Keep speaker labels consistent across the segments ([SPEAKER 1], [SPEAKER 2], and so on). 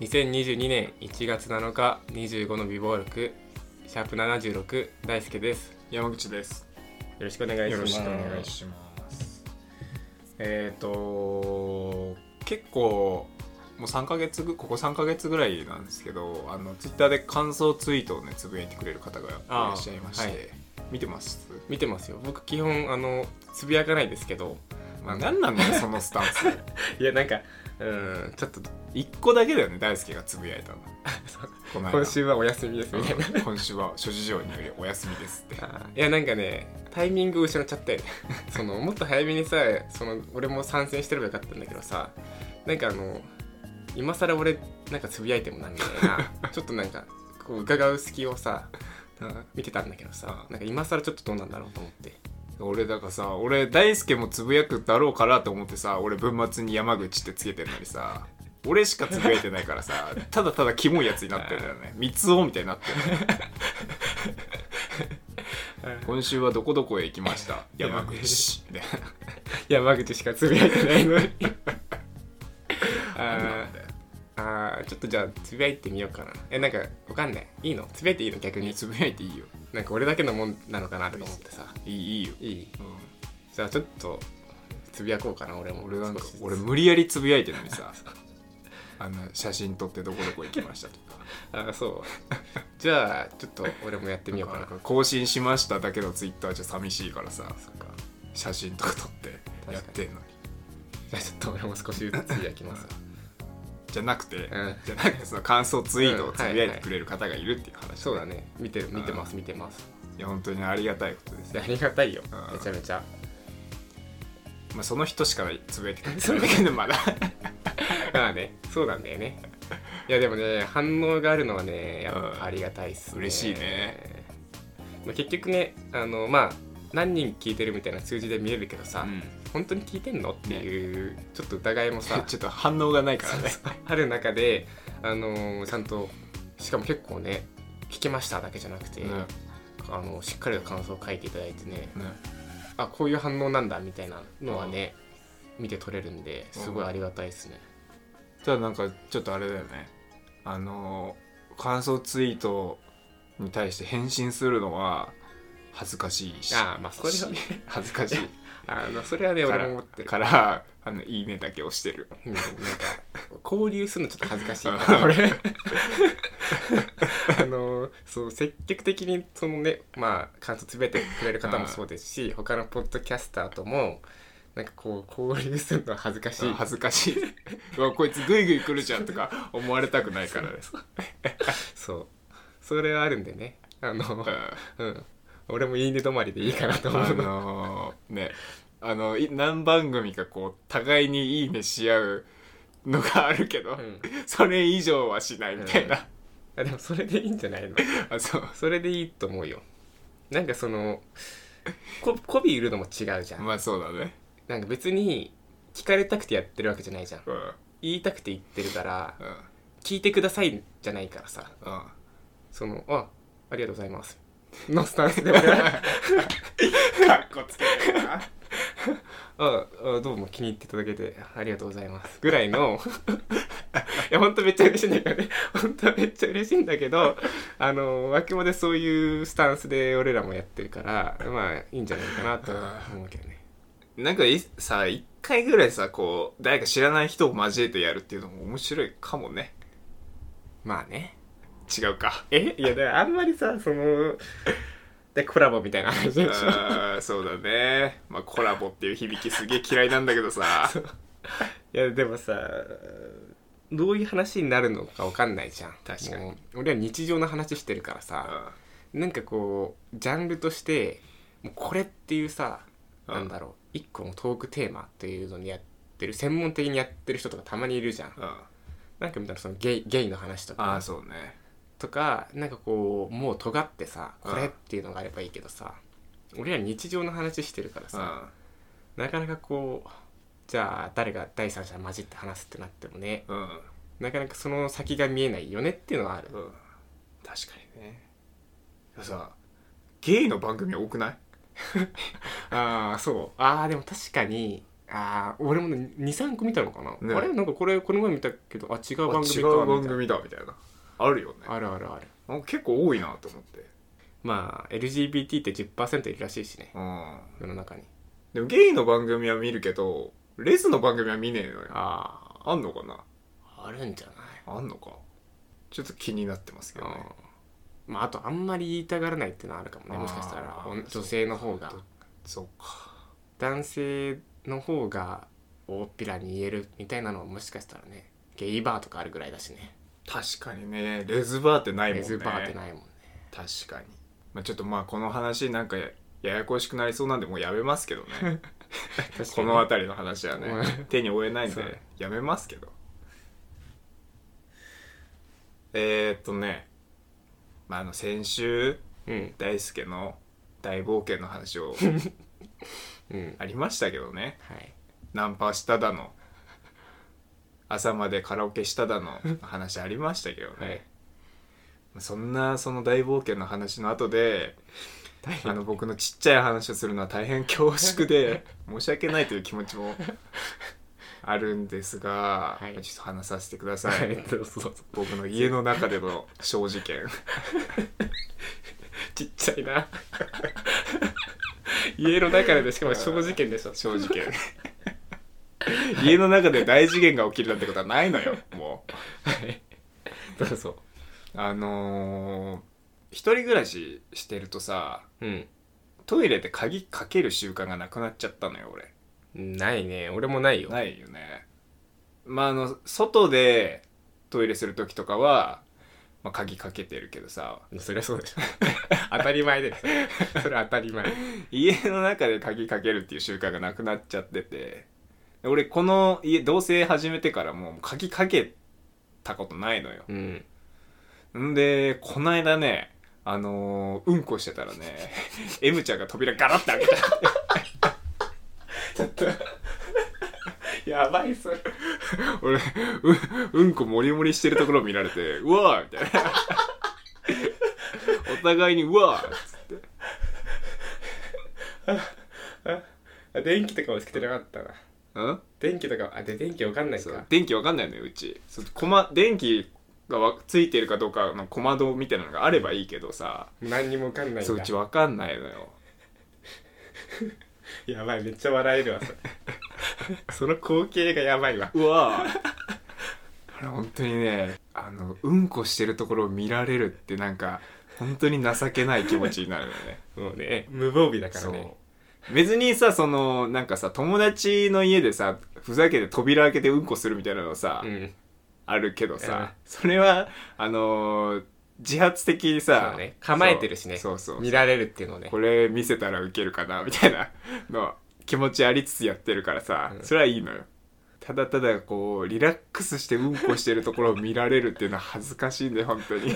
[SPEAKER 1] 2022年1月7日25の美貌録シャープ76大輔ですよ
[SPEAKER 2] 山口です。
[SPEAKER 1] ろしくお願いし
[SPEAKER 2] よろ
[SPEAKER 1] ま
[SPEAKER 2] し
[SPEAKER 1] す
[SPEAKER 2] くお願いします。えっ、と結構もう3ヶ月ぐここ3ヶ月ぐらいなんですけど、あのツイッターで感想ツイートをねつぶやいてくれる方がいらっしゃいまし
[SPEAKER 1] あ
[SPEAKER 2] て、
[SPEAKER 1] ーはい
[SPEAKER 2] 見てます。
[SPEAKER 1] 見てますよ僕基本あのつぶやかないですけど
[SPEAKER 2] ま
[SPEAKER 1] あ
[SPEAKER 2] あ、
[SPEAKER 1] の
[SPEAKER 2] 何なんだよそのスタンス。
[SPEAKER 1] いやなんかうん
[SPEAKER 2] ちょっと一個だけだよね大輔がつぶやい たの。この間
[SPEAKER 1] 今週はお休みですみたいな
[SPEAKER 2] うん今週は諸事情によりお休みです って。
[SPEAKER 1] あ ーいやなんかねタイミング失っちゃって そのもっと早めにさその俺も参戦してればよかったんだけどさなんかあの今更俺なんかつぶやいてもなみたい なちょっとなんかこう伺う隙をさ
[SPEAKER 2] うん
[SPEAKER 1] 見てたんだけどさなんか今更ちょっとどうなんだろうと思って
[SPEAKER 2] 俺だからさ俺大輔もつぶやくだろうからと思ってさ俺文末に山口ってつけてるのにさ俺しかつぶやいてないからさただただキモいやつになってるんだよね三つ男みたいになってるね今週はどこどこへ行きました山口で
[SPEAKER 1] 山口しかつぶやいて ないのにあーあーちょっとじゃあつぶやいてみようかなえなんかわかんないいいのつぶやいていいの逆に
[SPEAKER 2] つぶやいていいよ
[SPEAKER 1] なんか俺だけのもんなのかなとか思ってさ
[SPEAKER 2] いいいいよ、
[SPEAKER 1] いい
[SPEAKER 2] うん
[SPEAKER 1] じゃあちょっとつぶやこうかな俺も
[SPEAKER 2] 俺なんか
[SPEAKER 1] 少しずつ
[SPEAKER 2] 俺無理やりつぶやいてるのにさあの写真撮ってどこどこ行きましたとか
[SPEAKER 1] あそう じゃあちょっと俺もやってみようか な
[SPEAKER 2] 更新しましただけどツイッターじゃ寂しいからさ
[SPEAKER 1] そっか
[SPEAKER 2] 写真とか撮ってやってんのに
[SPEAKER 1] じゃあちょっと俺も少しずつつぶやきます
[SPEAKER 2] じゃなくて、
[SPEAKER 1] ん
[SPEAKER 2] じゃなくてその感想ツイートをつぶやいてくれる方がいるっていう話、
[SPEAKER 1] そうだね見てる見てます見てます
[SPEAKER 2] いや本当にありがたいことです
[SPEAKER 1] いやありがたいよ
[SPEAKER 2] うん
[SPEAKER 1] めちゃめちゃ
[SPEAKER 2] まあ、その人しかつぶやいてくれないそれだけでまだ
[SPEAKER 1] まあねそうなんだよねいやでもね反応があるのはねやっぱありがたいっすね
[SPEAKER 2] 嬉しいね
[SPEAKER 1] まあ結局ねあのまあ何人聞いてるみたいな数字で見れるけどさ、
[SPEAKER 2] うん
[SPEAKER 1] 本当に聞いてんのっていう、ちょっと疑いもさ
[SPEAKER 2] ちょっと反応がないからね
[SPEAKER 1] ある中で、あのーちゃんとしかも結構ね「聞きました」だけじゃなくて、
[SPEAKER 2] ね
[SPEAKER 1] あのしっかりと感想を書いていただいてね
[SPEAKER 2] ね
[SPEAKER 1] あこういう反応なんだみたいなのはね、見て取れるんですごいありがたいですね。
[SPEAKER 2] ただなんかちょっとあれだよねあのー感想ツイートに対して返信するのは恥ずかしいし
[SPEAKER 1] ああまあそれはね
[SPEAKER 2] 恥ずかしい
[SPEAKER 1] あのそれはね
[SPEAKER 2] か
[SPEAKER 1] 俺
[SPEAKER 2] ら
[SPEAKER 1] も思ってる。
[SPEAKER 2] からあのいいねだけ押してる
[SPEAKER 1] うんなんか交流するのちょっと恥ずかしいから俺 あのそう積極的にそのねまあ感想つぶやいてくれる方もそうですし他のポッドキャスターともなんかこう交流するのは恥ずかしい
[SPEAKER 2] 恥ずかしいう わこいつグイグイ来るじゃんとか思われたくないから です
[SPEAKER 1] そうそれはあるんでねあの
[SPEAKER 2] う
[SPEAKER 1] うん俺もいいね止まりでいいかなと
[SPEAKER 2] ん
[SPEAKER 1] 思
[SPEAKER 2] あ
[SPEAKER 1] うの
[SPEAKER 2] のーねあのい何番組かこう互いにいいねし合うのがあるけど、
[SPEAKER 1] ん
[SPEAKER 2] それ以上はしないみたいな、
[SPEAKER 1] あでもそれでいいんじゃないの
[SPEAKER 2] あそう
[SPEAKER 1] それでいいと思うよなんかそのこ媚び売るのも違うじゃん
[SPEAKER 2] まあそうだね
[SPEAKER 1] なんか別に聞かれたくてやってるわけじゃないじゃん
[SPEAKER 2] うん
[SPEAKER 1] 言いたくて言ってるから
[SPEAKER 2] うん
[SPEAKER 1] 聞いてくださいじゃないからさ
[SPEAKER 2] うん
[SPEAKER 1] そのあありがとうございますのスタンスで俺は
[SPEAKER 2] かっこつけて るな
[SPEAKER 1] ああどうも気に入っていただけてありがとうございますぐらいの いや本当めっちゃ嬉しいんだけどね本当めっちゃ嬉しいんだけどあの脇までそういうスタンスで俺らもやってるからまあいいんじゃないかなとは思うけどね
[SPEAKER 2] なんかいさ一回ぐらいさこう誰か知らない人を交えてやるっていうのも面白いかもね
[SPEAKER 1] まあね
[SPEAKER 2] 違うか
[SPEAKER 1] えいやだからあんまりさそのでコラボみたいな話でしょ
[SPEAKER 2] あーそうだねまあコラボっていう響きすげえ嫌いなんだけどさ
[SPEAKER 1] いやでもさどういう話になるのかわかんないじゃん
[SPEAKER 2] 確かに
[SPEAKER 1] もう俺は日常の話してるからさ、なんかこうジャンルとしてもうこれっていうさ、
[SPEAKER 2] うん
[SPEAKER 1] なんだろう一個のトークテーマっていうのにやってる専門的にやってる人とかたまにいるじゃん
[SPEAKER 2] うんうん
[SPEAKER 1] なんか見たらそのゲイゲイの話と
[SPEAKER 2] あ
[SPEAKER 1] か
[SPEAKER 2] あそうね
[SPEAKER 1] とかなんかこうもう尖ってさ
[SPEAKER 2] うん
[SPEAKER 1] これっていうのがあればいいけどさ、俺ら日常の話してるから
[SPEAKER 2] う
[SPEAKER 1] さ、
[SPEAKER 2] ん
[SPEAKER 1] なかなかこうじゃあ誰が第三者混じって話すってなってもね
[SPEAKER 2] うん、
[SPEAKER 1] なかなかその先が見えないよねっていうのはある
[SPEAKER 2] うん、確かにねでもさゲイの番組多くない
[SPEAKER 1] ああそうああでも確かにああ俺もね23個見たのかな、
[SPEAKER 2] ね
[SPEAKER 1] あれなんかこれこの前見たけどあ違う
[SPEAKER 2] あ
[SPEAKER 1] 番組か
[SPEAKER 2] 違う
[SPEAKER 1] み
[SPEAKER 2] 番
[SPEAKER 1] たい
[SPEAKER 2] 組だみたいなあるよね
[SPEAKER 1] なあるあるある
[SPEAKER 2] なんか結構多いなと思って
[SPEAKER 1] まあ LGBT って10%いるらしいしね
[SPEAKER 2] うん
[SPEAKER 1] 世の中に
[SPEAKER 2] でもゲイの番組は見るけどレズの番組は見ねえのよ
[SPEAKER 1] あ
[SPEAKER 2] あんのかな
[SPEAKER 1] ああるんじゃない
[SPEAKER 2] あんのかちょっと気になってますけどね
[SPEAKER 1] うんまああとあんまり言いたがらないっていうのはあるかもねもしかしたら
[SPEAKER 2] あー
[SPEAKER 1] お女性の方が
[SPEAKER 2] そうか
[SPEAKER 1] 男性の方が大っぴらに言えるみたいなのはもしかしたらねゲイバーとかあるぐらいだしね
[SPEAKER 2] 確かにねレズバーってないもん
[SPEAKER 1] レ
[SPEAKER 2] ね
[SPEAKER 1] ズバーってない もんね
[SPEAKER 2] 確かに、まあ、ちょっとまあこの話なんかやややこしくなりそうなんでもうやめま すけどねこの辺りの話はね
[SPEAKER 1] うん
[SPEAKER 2] 手に負えないん
[SPEAKER 1] そう
[SPEAKER 2] でやめますけどえー、っとね、まあ、あの先週
[SPEAKER 1] うん
[SPEAKER 2] 大輔の大冒険の話を
[SPEAKER 1] うん
[SPEAKER 2] ありましたけ どね
[SPEAKER 1] はい
[SPEAKER 2] ナンパしただの朝までカラオケしただの話ありましたけどね、
[SPEAKER 1] はい
[SPEAKER 2] そんなその大冒険の話の後であの僕のちっちゃい話をするのは大変恐縮で 申し訳ないという気持ちもあるんです
[SPEAKER 1] は
[SPEAKER 2] が、
[SPEAKER 1] い
[SPEAKER 2] ちょっと話させてくださ、
[SPEAKER 1] はい いどうぞどうぞ
[SPEAKER 2] 僕の家の中での小事 件
[SPEAKER 1] ちっちゃいな 家の中でしかも小事件でしょ
[SPEAKER 2] 小事件家の中で大事件が起きるなんてことはないのよもう
[SPEAKER 1] はいどうぞ
[SPEAKER 2] あのー一人暮らししてるとさ
[SPEAKER 1] うん
[SPEAKER 2] トイレで鍵かける習慣がなくなっちゃったのよ俺
[SPEAKER 1] ないね俺もないよ
[SPEAKER 2] ないよねまああの外でトイレする時とかは、まあ、鍵かけてるけどさ
[SPEAKER 1] そりゃそうでしょ 当たり前ですそれ当たり前
[SPEAKER 2] 家の中で鍵かけるっていう習慣がなくなっちゃっててで俺この家同棲始めてからもう鍵かけたことないのよ
[SPEAKER 1] うん
[SPEAKER 2] んでこないだねあのーうんこしてたらね M ちゃんが扉ガラッて開けたちょっと
[SPEAKER 1] やばいそれ
[SPEAKER 2] 俺ううんこもりもりしてるところを見られて「うわー!」みたいなお互いに「うわー!」っつって
[SPEAKER 1] 電気とかもつけてなかったな
[SPEAKER 2] うん
[SPEAKER 1] 電気とかあで電気わかんない
[SPEAKER 2] そ
[SPEAKER 1] か
[SPEAKER 2] う電気わかんないのようちそうこま電気がわついてるかどうかの小窓みたいなのがあればいいけどさ
[SPEAKER 1] 何にもわかんないんだ
[SPEAKER 2] そううちわかんないのよ
[SPEAKER 1] やばいめっちゃ笑えるわ それその光景がやばいわ
[SPEAKER 2] うわーあれ本当にねあのうんこしてるところを見られるってなんか本当に情けない気持ちになるよね
[SPEAKER 1] もうね無防備だからね
[SPEAKER 2] そう別にさそのなんかさ友達の家でさふざけて扉開けてうんこするみたいなのさ、
[SPEAKER 1] ん
[SPEAKER 2] あるけどさ、
[SPEAKER 1] うん
[SPEAKER 2] それはあのー自発的にさ、
[SPEAKER 1] そうね構えてるしね
[SPEAKER 2] そうそうそう
[SPEAKER 1] 見られるっていうのをね
[SPEAKER 2] これ見せたらウケるかなみたいなの気持ちありつつやってるからさ、
[SPEAKER 1] うん
[SPEAKER 2] それはいいのよただただこうリラックスしてうんこしてるところを見られるっていうのは恥ずかしいんで本当 に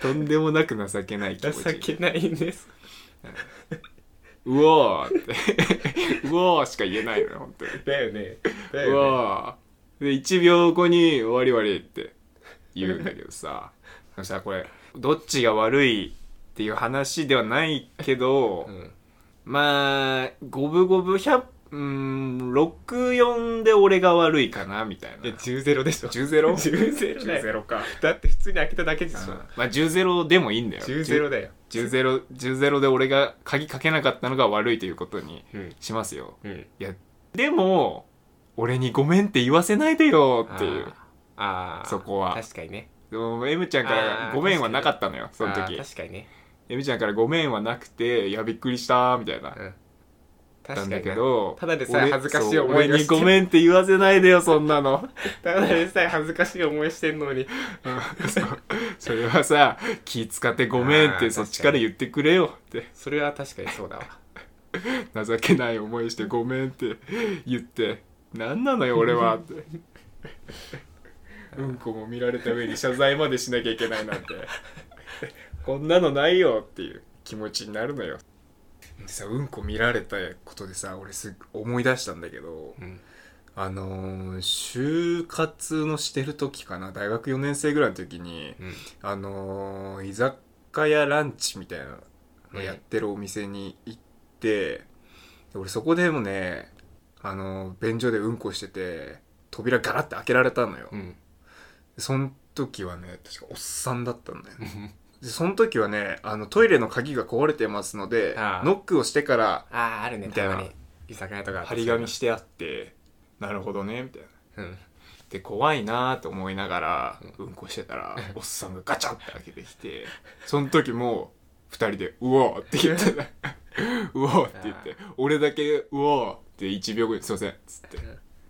[SPEAKER 2] とんでもなく情けない気持
[SPEAKER 1] 情け
[SPEAKER 2] ち
[SPEAKER 1] ないんです
[SPEAKER 2] うおーってうおーしか言えないのよ本当に
[SPEAKER 1] だよねだ
[SPEAKER 2] う
[SPEAKER 1] よね
[SPEAKER 2] わーで1秒後に「終わり終わり」って言うんだけ どさでもさこれどっちが悪いっていう話ではないけど、
[SPEAKER 1] ん
[SPEAKER 2] まあ五分五分百うーん64で俺が悪いかなみたいな
[SPEAKER 1] え10ゼロでしょ
[SPEAKER 2] 10ゼ ロ
[SPEAKER 1] 10ゼロだよ
[SPEAKER 2] ロか
[SPEAKER 1] だって普通に開けただけでし
[SPEAKER 2] うん
[SPEAKER 1] ょ
[SPEAKER 2] まあ10ゼロでもいいんだよ
[SPEAKER 1] 10ゼロだよ
[SPEAKER 2] 10ゼロ10ゼロで俺が鍵かけなかったのが悪いということに
[SPEAKER 1] うん
[SPEAKER 2] しますよ
[SPEAKER 1] うん
[SPEAKER 2] いやでも俺にごめんって言わせないでよっていう
[SPEAKER 1] あーあー
[SPEAKER 2] そこは
[SPEAKER 1] 確かにね
[SPEAKER 2] でも M ちゃんか
[SPEAKER 1] あ
[SPEAKER 2] ら「
[SPEAKER 1] ー
[SPEAKER 2] ごめん」はなかったのよその
[SPEAKER 1] あー
[SPEAKER 2] 時
[SPEAKER 1] 確かにね
[SPEAKER 2] M ちゃんから「ごめん」はなくて「いやびっくりした」みたいな
[SPEAKER 1] うん
[SPEAKER 2] な
[SPEAKER 1] 確
[SPEAKER 2] ん
[SPEAKER 1] か
[SPEAKER 2] だ
[SPEAKER 1] に
[SPEAKER 2] け
[SPEAKER 1] な
[SPEAKER 2] ど
[SPEAKER 1] ただでさえ
[SPEAKER 2] 俺
[SPEAKER 1] 恥ずかしい
[SPEAKER 2] そう
[SPEAKER 1] 思いが
[SPEAKER 2] 俺
[SPEAKER 1] し
[SPEAKER 2] に
[SPEAKER 1] て
[SPEAKER 2] ごめんって言わせないでよそんなの
[SPEAKER 1] ただでさえ恥ずかしい思いしてんのに
[SPEAKER 2] そうそれはさ気使って「ごめん」っ
[SPEAKER 1] あ
[SPEAKER 2] て
[SPEAKER 1] ー
[SPEAKER 2] そっちから言ってくれよって
[SPEAKER 1] それは確かにそうだわ
[SPEAKER 2] 情けない思いして「ごめん」って言って「何なのよ俺は」ってうんこも見られた上に謝罪までしなきゃいけないなんてこんなのないよっていう気持ちになるのよさうんこ見られたことでさ俺すぐ思い出したんだけど
[SPEAKER 1] うん
[SPEAKER 2] あのー就活のしてる時かな大学4年生ぐらいの時に
[SPEAKER 1] うん
[SPEAKER 2] あのー居酒屋ランチみたいなのやってるお店に行って、で俺そこでもねあの便所でうんこしてて扉ガラッて開けられたのよ、
[SPEAKER 1] うん
[SPEAKER 2] その時はね確かおっさんだったんだよねでその時はねあのトイレの鍵が壊れてますので
[SPEAKER 1] ああ
[SPEAKER 2] ノックをしてから
[SPEAKER 1] あああるね
[SPEAKER 2] みたい
[SPEAKER 1] た
[SPEAKER 2] な
[SPEAKER 1] まに居酒屋とか
[SPEAKER 2] 張り紙してあってなるほどねみたいな
[SPEAKER 1] うん
[SPEAKER 2] で怖いなーと思いながらうんこしてた らおっさんがガチャンって開けてきてその時も2人で「うおー」って言ってた うおー」って言って俺だけ「うおー」って1秒後に「すいません」っつって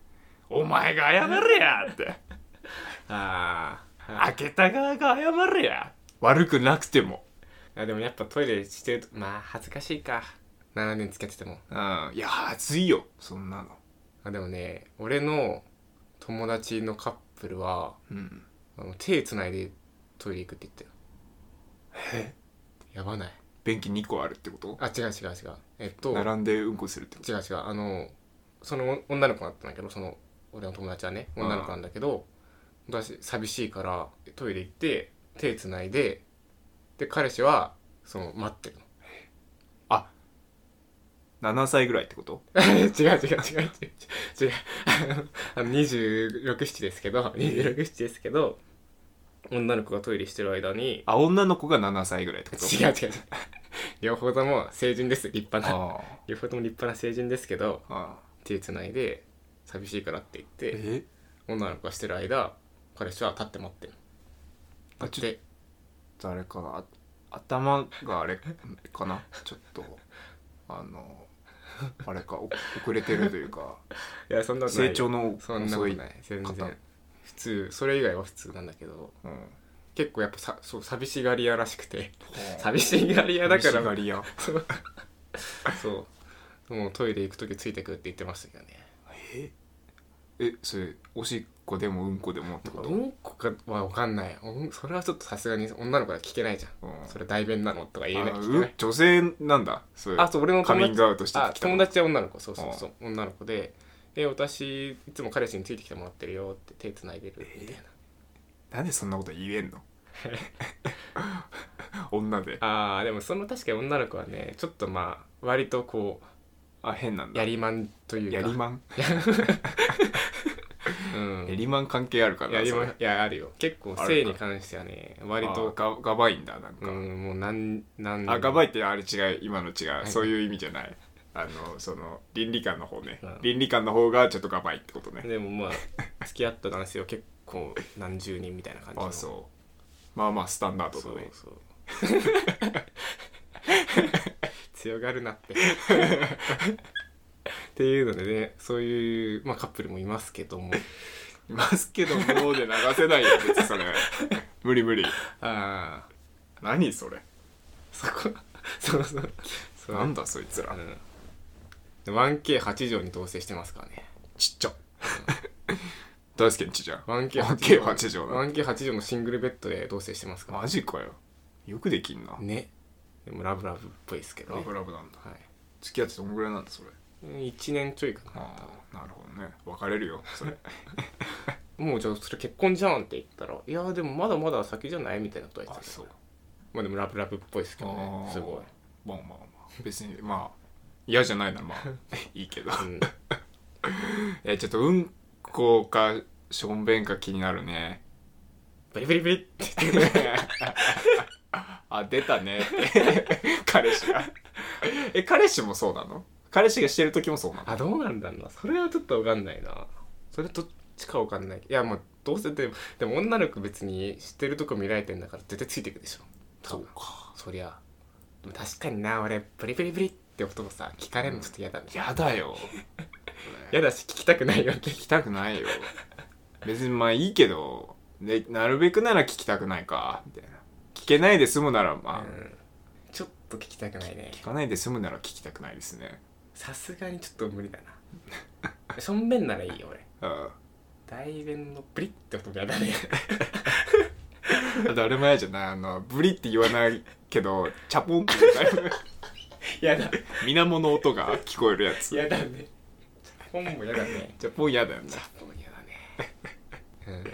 [SPEAKER 2] 「お前が謝れや!」って
[SPEAKER 1] あ
[SPEAKER 2] 「開けた側が謝れや!」悪くなくても、
[SPEAKER 1] あでもやっぱトイレしてるとまあ恥ずかしいか7年付き合ってても
[SPEAKER 2] うん、いや熱いよそんなの
[SPEAKER 1] あでもね俺の友達のカップルは
[SPEAKER 2] うん
[SPEAKER 1] あの手つないでトイレ行くって言ったよ
[SPEAKER 2] え
[SPEAKER 1] やばない
[SPEAKER 2] 便器2個あるってこと
[SPEAKER 1] あ違う違う違うえっと
[SPEAKER 2] 並んでうんこするってこ
[SPEAKER 1] 違う違うあのその女の子だったんだけどその俺の友達はね
[SPEAKER 2] うん
[SPEAKER 1] 女の子なんだけど私寂しいからトイレ行って手つないでで彼氏はその待ってるの
[SPEAKER 2] と7歳ぐらいってこと
[SPEAKER 1] 違う違う違う違う違うあのあの267ですけど267ですけど女の子がトイレしてる間に
[SPEAKER 2] あ女の子が7歳ぐらいってこと
[SPEAKER 1] 違う違う違う両方とも成人です立派な
[SPEAKER 2] あ
[SPEAKER 1] 両方とも立派な成人ですけど
[SPEAKER 2] あああ
[SPEAKER 1] 手つないで寂しいからって言って
[SPEAKER 2] え
[SPEAKER 1] 女の子がしてる間彼氏は立って待ってる
[SPEAKER 2] あ
[SPEAKER 1] 立って
[SPEAKER 2] 誰かがあ頭があれかなちょっとあのあれかお遅れてるという か
[SPEAKER 1] いやそんなことない
[SPEAKER 2] 成
[SPEAKER 1] よ
[SPEAKER 2] 長の
[SPEAKER 1] そんなこと
[SPEAKER 2] 遅い
[SPEAKER 1] ない全
[SPEAKER 2] 方
[SPEAKER 1] 然普通それ以外は普通なんだけど
[SPEAKER 2] うん
[SPEAKER 1] 結構やっぱさそう寂しがり屋らしくて寂しがり屋だか
[SPEAKER 2] 寂しが
[SPEAKER 1] ら
[SPEAKER 2] り屋
[SPEAKER 1] そうそうもうトイレ行く時ついてくるって言ってましたけどね
[SPEAKER 2] ええそれおしっこでもうんこでもってこ
[SPEAKER 1] う
[SPEAKER 2] と
[SPEAKER 1] んこかは分かんないうんそれはちょっとさすがに女の子は聞けないじゃん、
[SPEAKER 2] うん
[SPEAKER 1] それ代弁なのとか言えない
[SPEAKER 2] あ
[SPEAKER 1] 聞け
[SPEAKER 2] う
[SPEAKER 1] ない
[SPEAKER 2] ん女性なんだそれ
[SPEAKER 1] あそう俺の
[SPEAKER 2] カ
[SPEAKER 1] 友
[SPEAKER 2] ミン
[SPEAKER 1] 達
[SPEAKER 2] グアウトして
[SPEAKER 1] あ
[SPEAKER 2] きた
[SPEAKER 1] 友達は女の子そうそうそう女の子で「え私いつも彼氏についてきてもらってるよ」って手つないでるみたいな、
[SPEAKER 2] なんでそんなこと言 えんの女で
[SPEAKER 1] あーでもその確かに女の子はねちょっとまあ割とこ
[SPEAKER 2] あ変なん
[SPEAKER 1] う
[SPEAKER 2] だ
[SPEAKER 1] やりまんというか
[SPEAKER 2] やりまん
[SPEAKER 1] うん
[SPEAKER 2] やりまん関係あるから
[SPEAKER 1] やりまんいやあるよ結構
[SPEAKER 2] あるか
[SPEAKER 1] 性に関してはね割
[SPEAKER 2] 割と
[SPEAKER 1] と
[SPEAKER 2] ががばいんだなん
[SPEAKER 1] う
[SPEAKER 2] か、
[SPEAKER 1] んもうなんなん
[SPEAKER 2] あがばいってあれ違う今の違う、
[SPEAKER 1] い
[SPEAKER 2] そういう意味じゃないあのその倫理観の方ね、
[SPEAKER 1] うん
[SPEAKER 2] 倫理観の方がちょっとがばいってことね、
[SPEAKER 1] でもまあ付き合った男性は結構何十人みたいな感じの
[SPEAKER 2] あそうまあまあスタンダード
[SPEAKER 1] そう
[SPEAKER 2] だね
[SPEAKER 1] そう強がるなってっていうのでねそういう、まあ、カップルもいますけども
[SPEAKER 2] いますけどもうで流せないよ別 にそれ無理無理
[SPEAKER 1] ああ
[SPEAKER 2] 何それ
[SPEAKER 1] そこそうそうそう
[SPEAKER 2] なんだそいつら、
[SPEAKER 1] うんで 1K8 畳に同棲してますからね
[SPEAKER 2] ちっちゃ大輔んちじゃん
[SPEAKER 1] 1K8
[SPEAKER 2] 1K8 畳な
[SPEAKER 1] 1K8 畳のシングルベッドで同棲してますから
[SPEAKER 2] マジかよよくできんな、
[SPEAKER 1] ねでもラブラブっぽいですけど
[SPEAKER 2] ラ
[SPEAKER 1] ね
[SPEAKER 2] ブラブなんだ
[SPEAKER 1] は
[SPEAKER 2] 付き合ってどんぐらいなんだそれ
[SPEAKER 1] い、1年ちょいかな
[SPEAKER 2] ああなるほどね別れるよ それ
[SPEAKER 1] もうじゃあそれ結婚じゃんって言ったら「いやでもまだまだ先じゃない?」みたいなことは言ってたけど
[SPEAKER 2] う
[SPEAKER 1] まあでもラブラブっぽいですけどね
[SPEAKER 2] あー
[SPEAKER 1] すごい、
[SPEAKER 2] まあまあまあ別にまあ嫌じゃないならまあ いいけど
[SPEAKER 1] うん、
[SPEAKER 2] えちょっとうんこかしょんべんか気になるね
[SPEAKER 1] ブリブリブリって
[SPEAKER 2] あ出たねって 彼氏がえ彼氏もそうなの彼氏がしてる時もそうなの
[SPEAKER 1] あどうなんだろうなそれはちょっと分かんないなそれどっちか分かんないいやまあどうせでもでも女の子別に知ってるとこ見られてんだから絶対ついてくでしょ多分
[SPEAKER 2] か
[SPEAKER 1] そりゃでも確かにな俺ブリブリブリって音もさ聞かれるのちょっと嫌だね、
[SPEAKER 2] やだよ
[SPEAKER 1] 嫌だし聞きたくないよ
[SPEAKER 2] 聞きたくないよ別にまあいいけどでなるべくなら聞きたくないかみたいな聞けないで済むならまあ、
[SPEAKER 1] うんちょっと聞きたくないね
[SPEAKER 2] 聞かないで済むなら聞きたくないですね
[SPEAKER 1] さすがにちょっと無理だなしょんべんならいいよ俺
[SPEAKER 2] うん
[SPEAKER 1] 大便のブリって音が嫌だね
[SPEAKER 2] あとあれも嫌じゃないあのブリって言わないけどチャポンって言うタイプ
[SPEAKER 1] 嫌だ
[SPEAKER 2] 水面の音が聞こえるやつ
[SPEAKER 1] 嫌だね本も嫌だね
[SPEAKER 2] チャポン嫌だよね
[SPEAKER 1] 本嫌だね、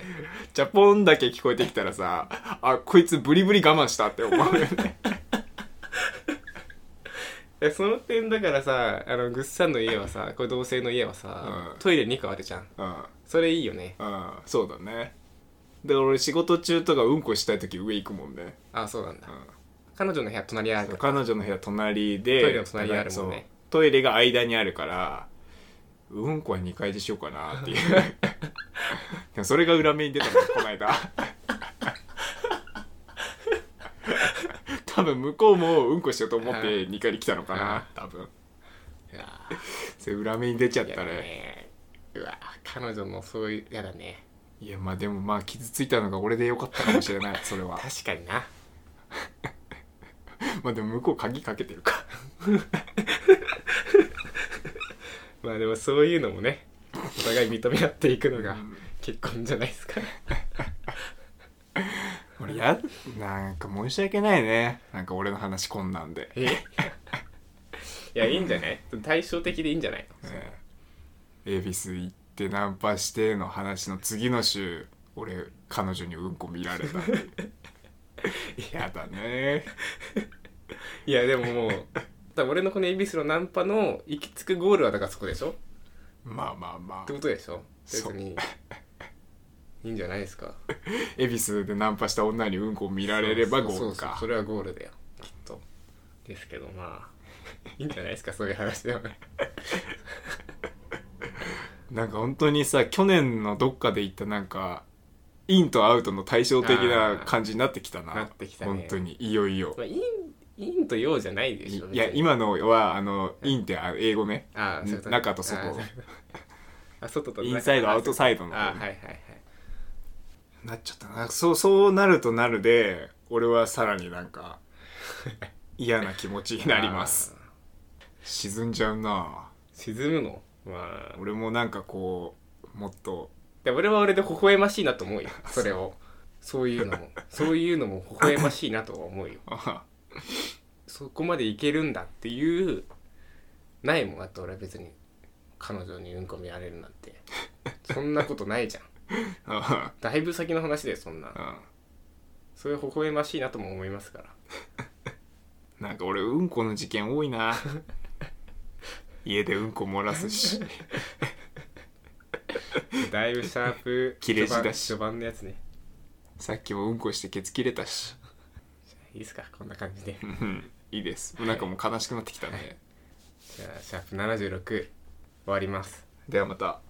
[SPEAKER 2] チャポンだけ聞こえてきたらさ あこいつブリブリ我慢したって思うよね
[SPEAKER 1] えその点だからさあのぐっさんの家はさこれ同性の家はさ、
[SPEAKER 2] うん
[SPEAKER 1] トイレ2個あるじゃん
[SPEAKER 2] うん
[SPEAKER 1] それいいよね
[SPEAKER 2] うんそうだねで俺仕事中とかうんこしたい時上行くもんね、
[SPEAKER 1] あそうなんだ
[SPEAKER 2] うん
[SPEAKER 1] 彼女の部屋隣にあるから
[SPEAKER 2] 彼女の部屋隣で
[SPEAKER 1] トイレの隣にあるもんね
[SPEAKER 2] そうトイレが間にあるからうんこは2階でしようかなっていうでもそれが裏目に出たのこの間多分向こうもうんこしようと思って2階に来たのかな多分
[SPEAKER 1] いや
[SPEAKER 2] それ裏目に出ちゃっ
[SPEAKER 1] ーや
[SPEAKER 2] た
[SPEAKER 1] だ
[SPEAKER 2] ね
[SPEAKER 1] ねうわ彼女のそういうやだね
[SPEAKER 2] いやまあでもまあ傷ついたのが俺でよかったかもしれ ないそれは
[SPEAKER 1] 確かにな
[SPEAKER 2] まあでも向こう鍵かけてるか
[SPEAKER 1] まあでもそういうのもねお互い認め合っていくの
[SPEAKER 2] う
[SPEAKER 1] が
[SPEAKER 2] ん
[SPEAKER 1] 結婚じゃないですか
[SPEAKER 2] 俺やなんか申し訳ないねなんか俺の話こんなんで
[SPEAKER 1] え いやいいんじゃない対照的でいいんじゃない
[SPEAKER 2] ねえ恵比寿行ってナンパしての話の次の週俺彼女にうんこ見られた やだね
[SPEAKER 1] いやでももう多分俺のこの恵比寿のナンパの行き着くゴールはだからそこでしょ
[SPEAKER 2] まあまあま
[SPEAKER 1] って
[SPEAKER 2] あ
[SPEAKER 1] ことでしょ別
[SPEAKER 2] そう
[SPEAKER 1] にいいんじゃないですか
[SPEAKER 2] 恵比寿でナンパした女にうんこ見られれば
[SPEAKER 1] そ
[SPEAKER 2] 豪
[SPEAKER 1] うそうそう
[SPEAKER 2] 華
[SPEAKER 1] それはゴールだよきっとですけどまあいいんじゃないですかそういう話では
[SPEAKER 2] なんか本当にさ去年のどっかで行ったなんかインとアウトの対照的な感じになってきたな
[SPEAKER 1] あーなってきたね
[SPEAKER 2] 本当にいよいよ
[SPEAKER 1] まあ陰陰と陽じゃないで
[SPEAKER 2] い
[SPEAKER 1] しょ
[SPEAKER 2] や
[SPEAKER 1] 別に
[SPEAKER 2] 今のはあのインってあ英語ね
[SPEAKER 1] ああそういうことね
[SPEAKER 2] 中と外
[SPEAKER 1] ああそういうことあ外と中
[SPEAKER 2] インサイドアウトサイドの
[SPEAKER 1] ああはいはいはい
[SPEAKER 2] なっちゃったなそうそうなるとなるで俺はさらになんか嫌な気持ちになります
[SPEAKER 1] ああ
[SPEAKER 2] 沈んじゃうな
[SPEAKER 1] 沈むのまあ
[SPEAKER 2] 俺もなんかこうもっと
[SPEAKER 1] で俺は俺で微笑ましいなと思うよそれをそういうのもそういうのも微笑ましいなとは思うよ
[SPEAKER 2] あ
[SPEAKER 1] そこまでいけるんだっていうないもんだって俺は別に彼女にうんこ見られるなんてそんなことないじゃん
[SPEAKER 2] あ
[SPEAKER 1] だいぶ先の話だよそんな
[SPEAKER 2] あ
[SPEAKER 1] それ微笑ましいなとも思いますから
[SPEAKER 2] なんか俺うんこの事件多いな家でうんこ漏らすし
[SPEAKER 1] だいぶシャープ
[SPEAKER 2] 切れ字だし
[SPEAKER 1] 序盤序盤のやつね
[SPEAKER 2] さっきもうんこしてケツ切れたし
[SPEAKER 1] いいですかこんな感じで
[SPEAKER 2] うんいいですなんかもう悲しくなってきたね
[SPEAKER 1] じゃあシャープ76終わります
[SPEAKER 2] ではまた